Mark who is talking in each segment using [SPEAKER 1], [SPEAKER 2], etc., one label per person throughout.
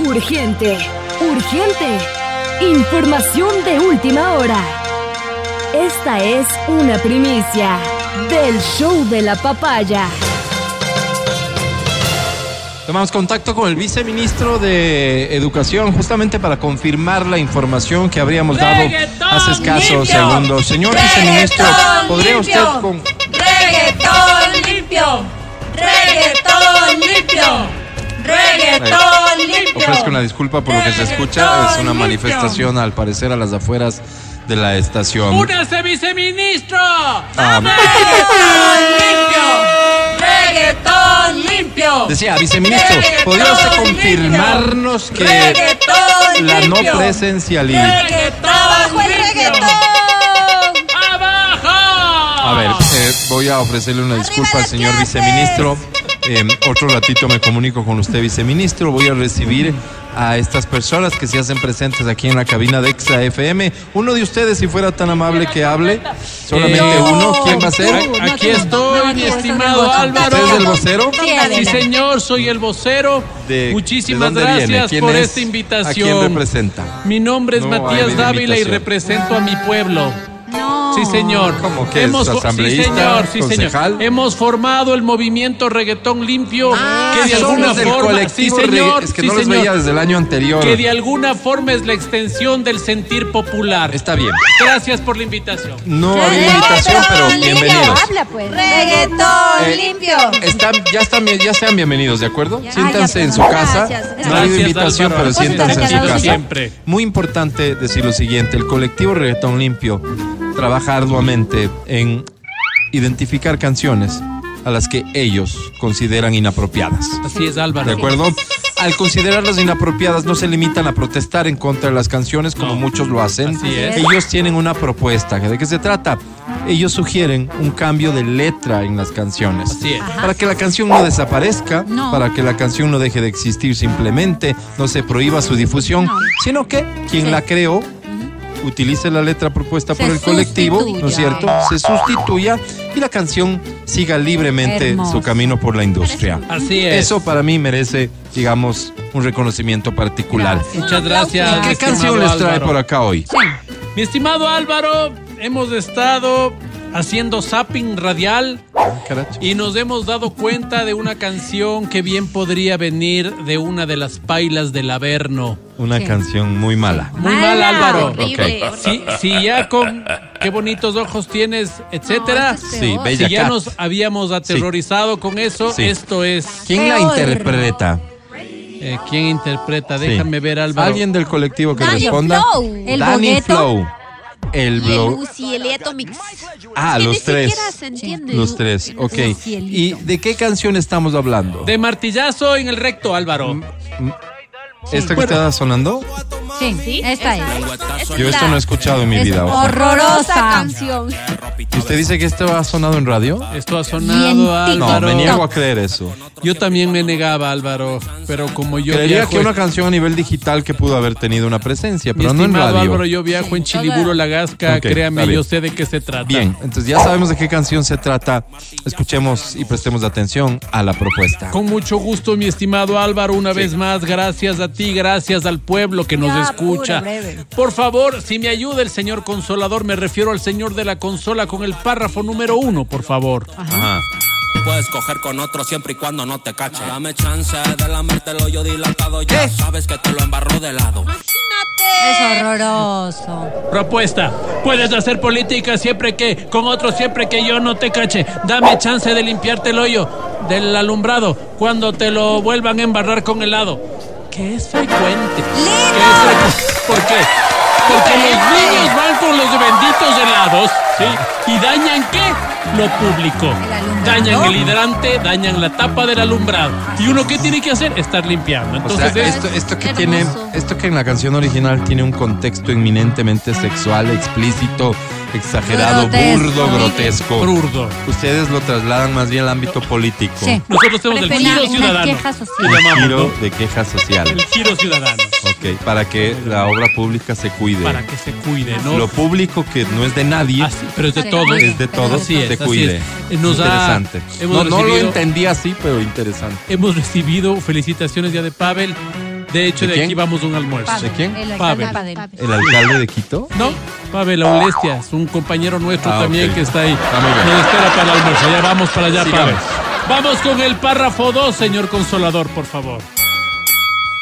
[SPEAKER 1] Urgente, urgente. Información de última hora. Esta es una primicia del show de la papaya.
[SPEAKER 2] Tomamos contacto con el viceministro de Educación justamente para confirmar la información que habríamos dado hace escasos
[SPEAKER 3] limpio!
[SPEAKER 2] segundos. Señor viceministro,
[SPEAKER 3] ¡Reggaetón
[SPEAKER 2] ¿podría usted
[SPEAKER 3] limpio!
[SPEAKER 2] con...
[SPEAKER 3] Reggaetón limpio. Reggaetón limpio. Reggaetón limpio.
[SPEAKER 2] Ofrezco una disculpa por lo que se escucha. Es una manifestación, al parecer, a las afueras de la estación.
[SPEAKER 4] ¡Únase, viceministro!
[SPEAKER 2] Ah,
[SPEAKER 3] Reggaetón limpio.
[SPEAKER 2] Decía, viceministro, ¿podría usted
[SPEAKER 3] Reggaetón
[SPEAKER 2] confirmarnos que
[SPEAKER 3] Reggaetón
[SPEAKER 2] Eh, la no
[SPEAKER 3] limpio.
[SPEAKER 2] presencialidad...
[SPEAKER 3] Reggaetón limpio.
[SPEAKER 4] ¡Abajo!
[SPEAKER 2] A ver, eh, voy a ofrecerle una disculpa al señor viceministro. Eh, otro ratito me comunico con usted, viceministro. Voy a recibir a estas personas que se hacen presentes aquí en la cabina de Exa FM. Uno de ustedes, si fuera tan amable que hable, solamente
[SPEAKER 4] Eh,
[SPEAKER 2] uno. ¿Quién va a ser?
[SPEAKER 4] tú, no, Aquí tú, estoy, no, no, mi tú, estimado estás en Álvaro.
[SPEAKER 2] ¿Usted es el vocero?
[SPEAKER 4] Sí, señor, soy el vocero.
[SPEAKER 2] De-
[SPEAKER 4] Muchísimas
[SPEAKER 2] ¿de dónde viene?
[SPEAKER 4] gracias
[SPEAKER 2] ¿Quién
[SPEAKER 4] por
[SPEAKER 2] es?
[SPEAKER 4] esta
[SPEAKER 2] ¿A quién
[SPEAKER 4] invitación.
[SPEAKER 2] representa?
[SPEAKER 4] Mi nombre es
[SPEAKER 2] No, hay
[SPEAKER 4] Matías
[SPEAKER 2] una
[SPEAKER 4] Dávila y
[SPEAKER 2] invitación.
[SPEAKER 4] represento a mi pueblo. Sí, señor.
[SPEAKER 2] ¿Cómo que es?
[SPEAKER 4] fo-
[SPEAKER 2] ¿Asambleísta?
[SPEAKER 4] Sí, señor, sí,
[SPEAKER 2] ¿Concejal?
[SPEAKER 4] señor. Hemos formado el movimiento reggaetón limpio que de
[SPEAKER 2] Ah, Somos
[SPEAKER 4] alguna
[SPEAKER 2] del
[SPEAKER 4] forma, sí,
[SPEAKER 2] colectivo regga-
[SPEAKER 4] señor,
[SPEAKER 2] Es que
[SPEAKER 4] sí,
[SPEAKER 2] no los
[SPEAKER 4] señor,
[SPEAKER 2] veía desde el año anterior.
[SPEAKER 4] que de alguna forma es la extensión del sentir popular.
[SPEAKER 2] Está bien.
[SPEAKER 4] Gracias por la invitación.
[SPEAKER 2] No había invitación, pero bienvenidos.
[SPEAKER 5] habla pues.
[SPEAKER 3] Reggaetón
[SPEAKER 2] Eh,
[SPEAKER 3] limpio.
[SPEAKER 2] Están, ya, están, bien- ya sean bienvenidos, ¿de acuerdo?
[SPEAKER 5] Ah,
[SPEAKER 2] Siéntanse
[SPEAKER 5] ya,
[SPEAKER 2] en su
[SPEAKER 5] perdón.
[SPEAKER 2] casa.
[SPEAKER 5] Gracias,
[SPEAKER 2] No ha habido
[SPEAKER 4] gracias.
[SPEAKER 2] invitación,
[SPEAKER 4] Gracias,
[SPEAKER 2] pero
[SPEAKER 4] Álvaro.
[SPEAKER 2] siéntanse en su
[SPEAKER 5] Gracias,
[SPEAKER 2] casa.
[SPEAKER 4] siempre.
[SPEAKER 2] Muy importante decir lo siguiente: el colectivo Reggaetón Limpio trabaja arduamente en identificar canciones a las que ellos consideran inapropiadas.
[SPEAKER 4] Así es, Álvaro.
[SPEAKER 2] ¿De acuerdo? Al considerarlas inapropiadas, no se limitan a protestar en contra de las canciones como
[SPEAKER 4] No.
[SPEAKER 2] muchos lo hacen.
[SPEAKER 4] Así es.
[SPEAKER 2] Ellos tienen una propuesta. ¿De qué se trata? Ellos sugieren un cambio de letra en las canciones.
[SPEAKER 4] Así es.
[SPEAKER 2] Para que la canción no desaparezca,
[SPEAKER 5] No.
[SPEAKER 2] para que la canción no deje de existir simplemente, no se prohíba su difusión,
[SPEAKER 5] No.
[SPEAKER 2] sino que quien
[SPEAKER 5] Sí.
[SPEAKER 2] la creó utilice la letra propuesta
[SPEAKER 5] Se
[SPEAKER 2] por el colectivo, ¿no es
[SPEAKER 5] sustituya.
[SPEAKER 2] cierto? Se sustituya y la canción siga libremente
[SPEAKER 5] Hermoso.
[SPEAKER 2] su camino por la industria.
[SPEAKER 4] Así es.
[SPEAKER 2] Eso para mí merece, digamos, un reconocimiento particular.
[SPEAKER 4] Muchas gracias.
[SPEAKER 2] ¿Y qué
[SPEAKER 4] estimado
[SPEAKER 2] canción les trae
[SPEAKER 4] Álvaro.
[SPEAKER 2] por acá hoy?
[SPEAKER 4] Mi estimado Álvaro, hemos estado haciendo zapping radial
[SPEAKER 2] Caracho.
[SPEAKER 4] y nos hemos dado cuenta de una canción que bien podría venir de una de las pailas del Averno.
[SPEAKER 2] Una
[SPEAKER 5] Sí.
[SPEAKER 2] canción muy mala.
[SPEAKER 4] Muy mal,
[SPEAKER 5] Mala,
[SPEAKER 4] Álvaro.
[SPEAKER 5] horrible.
[SPEAKER 2] Ok.
[SPEAKER 4] Si, si ya con qué bonitos ojos tienes, etcétera.
[SPEAKER 5] No,
[SPEAKER 2] Sí,
[SPEAKER 5] Peor.
[SPEAKER 2] Bella
[SPEAKER 4] si ya
[SPEAKER 2] Cat.
[SPEAKER 4] nos habíamos aterrorizado con eso,
[SPEAKER 2] Sí.
[SPEAKER 4] esto es
[SPEAKER 2] ¿Quién la
[SPEAKER 5] Peor.
[SPEAKER 2] interpreta?
[SPEAKER 4] eh, quién interpreta.
[SPEAKER 2] Sí.
[SPEAKER 4] Déjame ver, Álvaro.
[SPEAKER 2] Alguien del colectivo que
[SPEAKER 5] Dani
[SPEAKER 2] responda.
[SPEAKER 5] Flow. El
[SPEAKER 2] Dani
[SPEAKER 5] Bogueto.
[SPEAKER 2] Flow. El
[SPEAKER 5] Y el
[SPEAKER 2] blog.
[SPEAKER 5] Lucy, el Atomics.
[SPEAKER 2] Ah,
[SPEAKER 5] Es que
[SPEAKER 2] los
[SPEAKER 5] ni
[SPEAKER 2] tres.
[SPEAKER 5] siquiera se entiende.
[SPEAKER 2] Los tres, ok. ¿Y
[SPEAKER 5] Cielito.
[SPEAKER 2] de qué canción estamos hablando?
[SPEAKER 4] De martillazo en el recto, Álvaro.
[SPEAKER 2] ¿Esta que está sonando?
[SPEAKER 5] Sí, esta es.
[SPEAKER 2] Yo esto no he escuchado en mi
[SPEAKER 5] Es
[SPEAKER 2] vida. ojo.
[SPEAKER 5] horrorosa canción.
[SPEAKER 2] ¿Y ¿Usted dice que esto ha sonado en radio?
[SPEAKER 4] Esto ha
[SPEAKER 5] Y en
[SPEAKER 4] sonado,
[SPEAKER 5] TikTok.
[SPEAKER 2] No,
[SPEAKER 4] Álvaro.
[SPEAKER 2] me niego a creer eso.
[SPEAKER 4] Yo también me negaba, Álvaro, pero como yo
[SPEAKER 2] Creería
[SPEAKER 4] viajo
[SPEAKER 2] que una
[SPEAKER 4] en-
[SPEAKER 2] canción a nivel digital que pudo haber tenido una presencia,
[SPEAKER 4] mi
[SPEAKER 2] pero no en
[SPEAKER 4] estimado Álvaro,
[SPEAKER 2] radio.
[SPEAKER 4] yo viajo en Chiliburo, La Gasca,
[SPEAKER 2] Ok, está
[SPEAKER 4] créame,
[SPEAKER 2] bien.
[SPEAKER 4] yo sé de qué se trata.
[SPEAKER 2] Bien, entonces ya sabemos de qué canción se trata. Escuchemos y prestemos atención a la propuesta.
[SPEAKER 4] Con mucho gusto, mi estimado Álvaro, una vez más, gracias a ti, gracias al pueblo que nos
[SPEAKER 5] Ya,
[SPEAKER 4] escucha.
[SPEAKER 5] pura breve.
[SPEAKER 4] Por favor, si me ayuda el señor consolador, me refiero al señor de la consola con el párrafo número uno, por favor.
[SPEAKER 2] Ajá.
[SPEAKER 6] Puedes coger con otro siempre y cuando no te cache. Dame chance de lamerte el hoyo dilatado. Ya sabes que te lo embarró de lado.
[SPEAKER 5] Es horroroso.
[SPEAKER 4] Propuesta. Puedes hacer política siempre que, con otro siempre que yo no te cache. Dame chance de limpiarte el hoyo del alumbrado cuando te lo vuelvan a embarrar con helado. Que es frecuente. Que es frecu- ¿Por qué? Porque los niños van con los benditos helados, ¿sí? ¿Y dañan qué? Lo público. Dañan el hidrante, dañan la tapa del alumbrado. ¿Y uno qué tiene que hacer? Estar limpiando.
[SPEAKER 2] O sea,
[SPEAKER 4] Entonces, es-
[SPEAKER 2] esto, esto que tiene,
[SPEAKER 5] Hermoso.
[SPEAKER 2] esto que en la canción original tiene un contexto inminentemente sexual, explícito, exagerado,
[SPEAKER 5] Grotesco.
[SPEAKER 2] burdo, grotesco.
[SPEAKER 4] Burdo.
[SPEAKER 2] Ustedes lo trasladan más bien al ámbito político.
[SPEAKER 5] Sí.
[SPEAKER 4] nosotros tenemos el
[SPEAKER 5] Preferir
[SPEAKER 4] giro
[SPEAKER 5] una
[SPEAKER 4] ciudadano.
[SPEAKER 5] queja
[SPEAKER 4] que
[SPEAKER 5] social.
[SPEAKER 2] El
[SPEAKER 4] llamamos, ¿no?
[SPEAKER 2] giro de queja social.
[SPEAKER 4] El giro ciudadano.
[SPEAKER 2] Ok, para que la obra pública se cuide.
[SPEAKER 4] Para que se cuide, ¿no?
[SPEAKER 2] Lo público que no es de nadie,
[SPEAKER 4] Así, pero es de
[SPEAKER 5] Sí.
[SPEAKER 4] todos.
[SPEAKER 2] es de todos,
[SPEAKER 4] Así es,
[SPEAKER 2] se
[SPEAKER 4] así
[SPEAKER 2] cuide.
[SPEAKER 4] es. Eh, Nos ha-
[SPEAKER 2] interesante.
[SPEAKER 4] hemos
[SPEAKER 2] no, no lo
[SPEAKER 4] recibido-
[SPEAKER 2] entendí así, pero interesante.
[SPEAKER 4] Hemos recibido felicitaciones ya de Pavel. De hecho,
[SPEAKER 2] ¿De
[SPEAKER 4] de,
[SPEAKER 2] quién?
[SPEAKER 4] aquí vamos a un almuerzo.
[SPEAKER 2] ¿De quién?
[SPEAKER 5] El
[SPEAKER 4] Pavel.
[SPEAKER 5] alcalde Pavel.
[SPEAKER 2] ¿El alcalde de Quito?
[SPEAKER 4] ¿No? Pavel Aulestia, es un compañero nuestro
[SPEAKER 2] Ah,
[SPEAKER 4] también
[SPEAKER 2] ok.
[SPEAKER 4] que está ahí.
[SPEAKER 2] Ah, muy bien.
[SPEAKER 4] Nos espera para el almuerzo. Ya vamos para allá,
[SPEAKER 2] Sigamos.
[SPEAKER 4] Pavel. Vamos con el párrafo 2, señor consolador, por favor.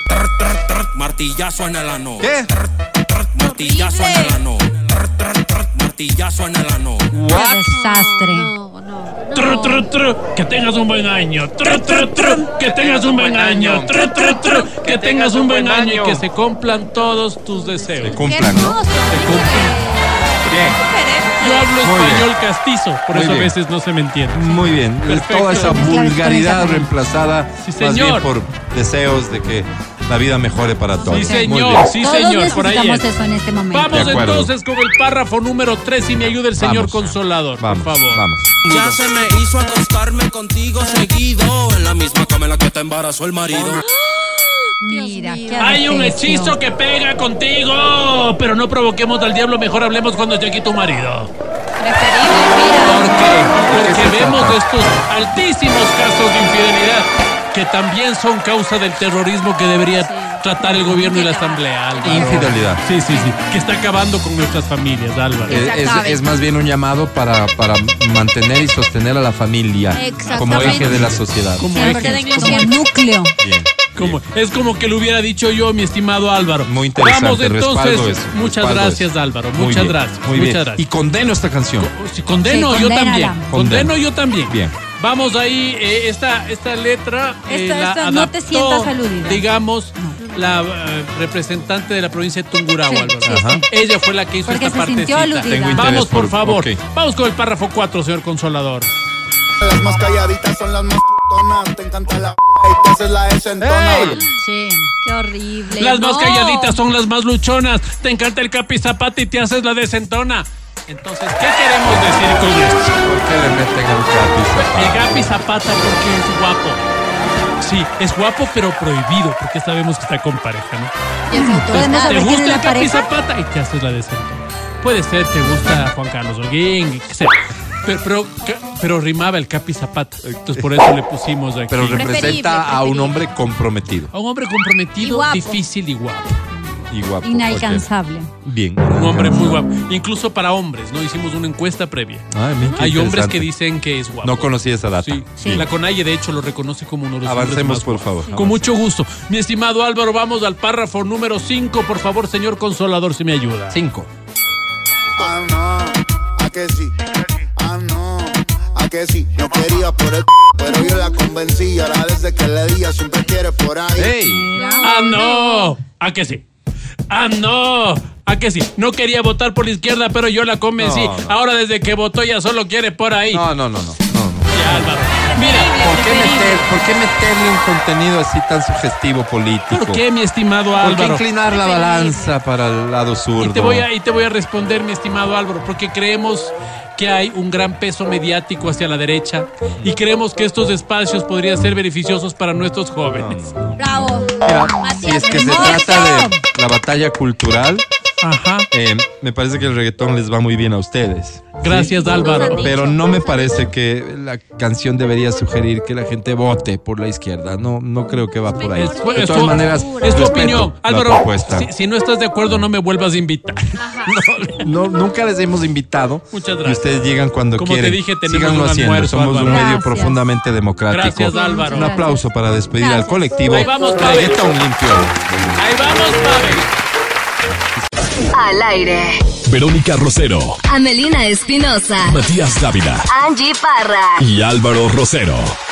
[SPEAKER 6] Tr, tr, tr, Martillazo en el ano.
[SPEAKER 2] ¿Qué?
[SPEAKER 6] Tr, tr, Martillazo en el ano. Tr, tr, tr, Martillazo en el ano.
[SPEAKER 5] Qué desastre.
[SPEAKER 3] No, no.
[SPEAKER 4] Tru, tru, tru, que tengas un buen año. Tru, tru, tru, que tengas un buen año. Tru, tru, tru, que tengas un buen año y que se cumplan todos tus deseos.
[SPEAKER 2] Cumplan,
[SPEAKER 3] Qué
[SPEAKER 2] ¿no?
[SPEAKER 3] hermoso.
[SPEAKER 2] Bien.
[SPEAKER 4] Yo hablo
[SPEAKER 2] Muy bien.
[SPEAKER 4] español castizo, por
[SPEAKER 2] Muy
[SPEAKER 4] eso a
[SPEAKER 2] bien.
[SPEAKER 4] veces no se me entiende.
[SPEAKER 2] Muy bien. Pues
[SPEAKER 4] Perfecto.
[SPEAKER 2] Toda esa
[SPEAKER 4] Mezcla
[SPEAKER 2] vulgaridad reemplazada
[SPEAKER 4] Sí,
[SPEAKER 2] más
[SPEAKER 4] señor.
[SPEAKER 2] bien por deseos de que la vida mejore para todos. Muy
[SPEAKER 4] Sí, señor,
[SPEAKER 2] bien.
[SPEAKER 4] sí,
[SPEAKER 5] Todos
[SPEAKER 4] señor, por ahí.
[SPEAKER 5] necesitamos
[SPEAKER 4] es.
[SPEAKER 5] eso en este momento.
[SPEAKER 4] Vamos
[SPEAKER 2] De acuerdo.
[SPEAKER 4] entonces con el párrafo número 3 y me ayuda el señor
[SPEAKER 2] Vamos.
[SPEAKER 4] consolador,
[SPEAKER 2] Vamos,
[SPEAKER 4] por favor.
[SPEAKER 2] vamos.
[SPEAKER 6] Ya se me hizo acostarme contigo seguido. En la misma cama en la que te embarazó el marido.
[SPEAKER 5] Mira,
[SPEAKER 3] Dios
[SPEAKER 5] qué
[SPEAKER 3] mío.
[SPEAKER 4] Hay un
[SPEAKER 5] adefesio.
[SPEAKER 4] hechizo que pega contigo, pero no provoquemos al diablo, mejor hablemos cuando esté aquí tu marido.
[SPEAKER 5] Preferible,
[SPEAKER 4] ¿Por qué? Porque
[SPEAKER 2] se
[SPEAKER 4] vemos
[SPEAKER 2] trata?
[SPEAKER 4] estos altísimos casos de infidelidad que también son causa del terrorismo que debería tratar el gobierno y la asamblea. Álvaro.
[SPEAKER 2] Infidelidad.
[SPEAKER 4] Sí, sí, sí. Que está acabando con nuestras familias, Álvaro.
[SPEAKER 2] Eh, Es, es más bien un llamado para, para mantener y sostener a la familia como
[SPEAKER 3] Exactamente.
[SPEAKER 2] eje de la sociedad.
[SPEAKER 4] Como
[SPEAKER 3] Siempre
[SPEAKER 4] eje.
[SPEAKER 3] queden
[SPEAKER 5] mira. Como el núcleo.
[SPEAKER 2] Bien.
[SPEAKER 4] Como- es como que lo hubiera dicho yo, mi estimado Álvaro.
[SPEAKER 2] Muy interesante.
[SPEAKER 4] Vamos entonces.
[SPEAKER 2] respaldo eso,
[SPEAKER 4] muchas
[SPEAKER 2] respaldo
[SPEAKER 4] gracias,
[SPEAKER 2] eso.
[SPEAKER 4] Álvaro.
[SPEAKER 2] Muy
[SPEAKER 4] muchas
[SPEAKER 2] bien,
[SPEAKER 4] gracias.
[SPEAKER 2] muy bien.
[SPEAKER 4] muchas gracias.
[SPEAKER 2] Y
[SPEAKER 4] Pues,
[SPEAKER 2] condeno esta canción.
[SPEAKER 4] Si condeno
[SPEAKER 5] Sí,
[SPEAKER 4] yo
[SPEAKER 5] condénala.
[SPEAKER 4] también.
[SPEAKER 5] Condeno.
[SPEAKER 4] Condeno yo también.
[SPEAKER 2] Bien.
[SPEAKER 4] Vamos ahí, eh, esta, esta letra. eh,
[SPEAKER 5] Esta-
[SPEAKER 4] la
[SPEAKER 5] esta, no te
[SPEAKER 4] adaptó,
[SPEAKER 5] sientas aludida.
[SPEAKER 4] Digamos, la eh, representante de la provincia de Tungurahua.
[SPEAKER 5] Sí,
[SPEAKER 4] Álvaro.
[SPEAKER 5] sí,
[SPEAKER 2] Ajá.
[SPEAKER 5] sí.
[SPEAKER 4] Ella fue la que hizo
[SPEAKER 5] Porque
[SPEAKER 4] esta
[SPEAKER 5] se sintió
[SPEAKER 4] partecita.
[SPEAKER 5] aludida. Tengo
[SPEAKER 2] interés
[SPEAKER 4] Vamos, por,
[SPEAKER 2] por-
[SPEAKER 4] favor.
[SPEAKER 2] ok.
[SPEAKER 4] Vamos con el párrafo 4, señor Consolador.
[SPEAKER 7] Las más calladitas son las más putonas. Te encanta la verga y te haces la desentona.
[SPEAKER 5] Sí.
[SPEAKER 3] Qué horrible.
[SPEAKER 4] Las más
[SPEAKER 3] Este, No.
[SPEAKER 4] calladitas son las más luchonas. Te encanta el capi zapata y te haces la desentona. Entonces, ¿qué queremos decir con esto?
[SPEAKER 2] ¿Por qué le meten a un capi
[SPEAKER 4] El
[SPEAKER 2] zapata?
[SPEAKER 4] Gapi Zapata porque es guapo. Sí, es guapo pero prohibido porque sabemos que está con pareja, ¿no?
[SPEAKER 5] ¿Podemos
[SPEAKER 4] ¿Te
[SPEAKER 5] saber quién es
[SPEAKER 4] gusta el
[SPEAKER 5] la
[SPEAKER 4] Capi
[SPEAKER 5] pareja?
[SPEAKER 4] Zapata y te haces la decente? Puede ser, te gusta Juan Carlos Holguín, qué sé. Pero, pero, pero rimaba el Capi Zapata. Entonces por eso le pusimos aquí.
[SPEAKER 2] Pero representa a un
[SPEAKER 3] preferible.
[SPEAKER 2] hombre comprometido
[SPEAKER 4] a un hombre
[SPEAKER 3] Y
[SPEAKER 4] comprometido,
[SPEAKER 3] guapo.
[SPEAKER 4] difícil y guapo.
[SPEAKER 2] y guapo.
[SPEAKER 5] Inalcanzable.
[SPEAKER 2] ok. Bien.
[SPEAKER 4] Un hombre muy guapo. Incluso para hombres, ¿no? Hicimos una encuesta previa.
[SPEAKER 2] Ay, mira, qué
[SPEAKER 4] Hay hombres
[SPEAKER 2] interesante.
[SPEAKER 4] que dicen que es guapo.
[SPEAKER 2] No conocí esa data.
[SPEAKER 4] Sí,
[SPEAKER 5] Sí.
[SPEAKER 4] la CONAIE de hecho lo reconoce como uno de los
[SPEAKER 2] Avancemos,
[SPEAKER 4] hombres más
[SPEAKER 2] por
[SPEAKER 4] guapos.
[SPEAKER 2] favor,
[SPEAKER 4] Con
[SPEAKER 2] avancemos.
[SPEAKER 4] mucho gusto. Mi estimado Álvaro, vamos al párrafo número 5, por favor, señor consolador, si me ayuda.
[SPEAKER 2] Cinco.
[SPEAKER 7] Ah, no, a que sí. Ah, no, a que sí. No quería por el pero yo la convencí. Ahora desde que le di, siempre quiere por ahí.
[SPEAKER 2] ¡Ey!
[SPEAKER 4] Ah, no. ¿A que sí? Ah, no. ¿A que sí? No quería votar por la izquierda, pero yo la convencí.
[SPEAKER 2] No, no.
[SPEAKER 4] Ahora desde que votó ya solo quiere por ahí.
[SPEAKER 2] No, no, no, no. no, no.
[SPEAKER 4] Ya, Álvaro.
[SPEAKER 2] ¿Por
[SPEAKER 4] Mira,
[SPEAKER 2] qué, meter, ¿Por qué meterle un contenido así tan sugestivo político?
[SPEAKER 4] ¿por qué, mi estimado
[SPEAKER 2] ¿Por qué
[SPEAKER 4] Álvaro?
[SPEAKER 2] inclinar la balanza para el lado
[SPEAKER 4] Y
[SPEAKER 2] zurdo?
[SPEAKER 4] te, voy a, y te voy a responder, mi estimado Álvaro, porque creemos que hay un gran peso mediático hacia la derecha y creemos que estos espacios podrían ser beneficiosos para nuestros jóvenes.
[SPEAKER 3] Bravo.
[SPEAKER 2] Mira, si
[SPEAKER 3] Matías,
[SPEAKER 2] es que se
[SPEAKER 3] hermoso.
[SPEAKER 2] trata de la batalla cultural,
[SPEAKER 4] Ajá.
[SPEAKER 2] eh, me parece que el reggaetón les va muy bien a ustedes.
[SPEAKER 4] Gracias, Álvaro.
[SPEAKER 2] Pero no me parece que la canción debería sugerir que la gente vote por la izquierda. No, no creo que va por ahí.
[SPEAKER 4] Es,
[SPEAKER 2] De
[SPEAKER 4] es
[SPEAKER 2] todas
[SPEAKER 4] tu,
[SPEAKER 2] maneras,
[SPEAKER 4] es tu
[SPEAKER 2] respeto
[SPEAKER 4] opinión.
[SPEAKER 2] la
[SPEAKER 4] Álvaro,
[SPEAKER 2] propuesta.
[SPEAKER 4] si, si no estás de acuerdo, no me vuelvas a invitar.
[SPEAKER 2] No, nunca les hemos invitado.
[SPEAKER 4] Muchas gracias.
[SPEAKER 2] Y ustedes llegan cuando
[SPEAKER 4] Como te
[SPEAKER 2] quieren.
[SPEAKER 4] dije, tenemos
[SPEAKER 2] Síganlo
[SPEAKER 4] un
[SPEAKER 2] haciendo.
[SPEAKER 4] almuerzo,
[SPEAKER 2] Somos un
[SPEAKER 4] Álvaro.
[SPEAKER 2] medio
[SPEAKER 5] Gracias.
[SPEAKER 2] profundamente democrático.
[SPEAKER 4] Gracias, Álvaro.
[SPEAKER 2] Un aplauso para despedir al colectivo.
[SPEAKER 4] Ahí vamos, Pavel.
[SPEAKER 2] Reggaeton limpio.
[SPEAKER 4] Ahí vamos, Pavel.
[SPEAKER 1] Al aire.
[SPEAKER 8] Verónica Rosero,
[SPEAKER 1] Amelina Espinosa.
[SPEAKER 8] Matías Dávila
[SPEAKER 1] Angie Parra.
[SPEAKER 8] y Álvaro Rosero.